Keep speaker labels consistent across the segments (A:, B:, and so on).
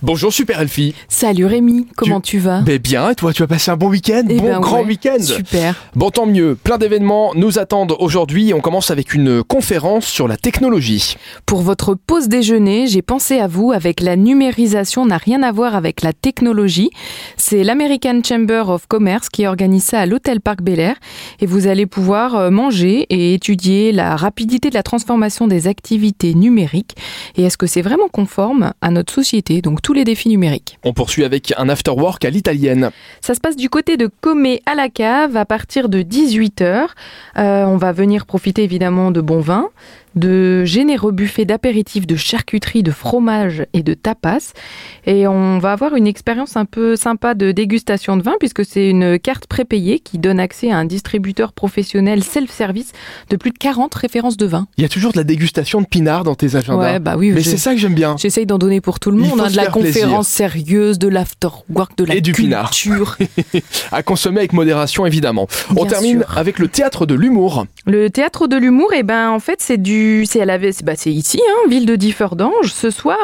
A: Bonjour Super Elfie.
B: Salut Rémi, comment tu, vas
A: Ben bien, et toi, tu as passé un bon week-end
B: Oh. Eh
A: Bon
B: ben
A: grand
B: ouais,
A: week-end
B: Super.
A: Bon, tant mieux. Plein d'événements nous attendent aujourd'hui. On commence avec une conférence sur la technologie.
B: Pour votre pause déjeuner, j'ai pensé à vous avec la numérisation n'a rien à voir avec la technologie. C'est l'American Chamber of Commerce qui organise ça à l'Hôtel Parc Bel Air et vous allez pouvoir euh, manger et étudier la rapidité de la transformation des activités numériques et est-ce que c'est vraiment conforme à notre société, donc tous les défis numériques.
A: On poursuit avec un after-work à l'italienne.
B: Ça se passe du côté de Comé à la cave à partir de 18h. on va venir profiter évidemment de bons vins, de généreux buffets d'apéritifs, de charcuterie, de fromage et de tapas. Et on va avoir une expérience un peu sympa de dégustation de vin puisque c'est une carte prépayée qui donne accès à un distributeur professionnel self-service de plus de 40 références de vin.
A: Il y a toujours de la dégustation de pinard dans tes agendas.
B: Ouais, bah oui,
A: Mais
B: je-
A: c'est ça que j'aime bien.
B: J'essaye d'en donner pour tout le
A: Il
B: monde,
A: faut
B: hein,
A: se
B: de la
A: faire plaisir.
B: conférence sérieuse, de l'afterwork, de la
A: Et du pinard.
B: culture.
A: À consommer avec modération, évidemment. On
B: Bien
A: termine
B: sûr.
A: avec le théâtre de l'humour.
B: Le théâtre de l'humour, eh ben, en fait, c'est du, c'est à la, c'est bah, c'est ici, hein, ville de Differdange. Ce soir,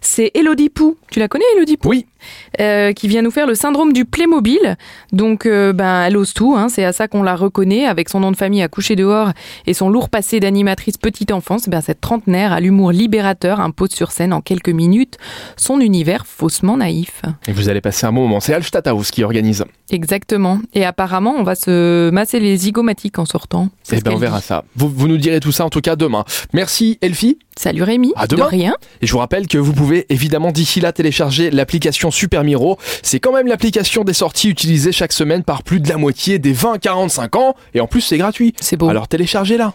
B: c'est Elodie Pou. Tu la connais, Elodie Pou?
A: Oui.
B: Euh, qui vient nous faire le syndrome du Playmobil. Donc, euh, ben, elle ose tout, hein, c'est à ça qu'on la reconnaît, avec son nom de famille à coucher dehors et son lourd passé d'animatrice petite enfance. Ben, cette trentenaire à l'humour libérateur impose sur scène en quelques minutes son univers faussement naïf.
A: Et vous allez passer un bon moment. C'est Alstadhaus qui organise.
B: Exactement. Et apparemment, on va se masser les zygomatiques en sortant. C'est
A: Eh
B: ce
A: ben, on
B: qu'elle
A: verra
B: dit.
A: ça. Vous, vous nous direz tout ça, en tout cas, demain. Merci, Elfie.
B: Salut Rémi.
A: À demain.
B: De rien.
A: Et je vous rappelle que vous pouvez évidemment d'ici là télécharger l'application Super Miro. C'est quand même l'application des sorties utilisée chaque semaine par plus de la moitié des 20-45 ans. Et en plus, c'est gratuit.
B: C'est beau.
A: Alors téléchargez-la.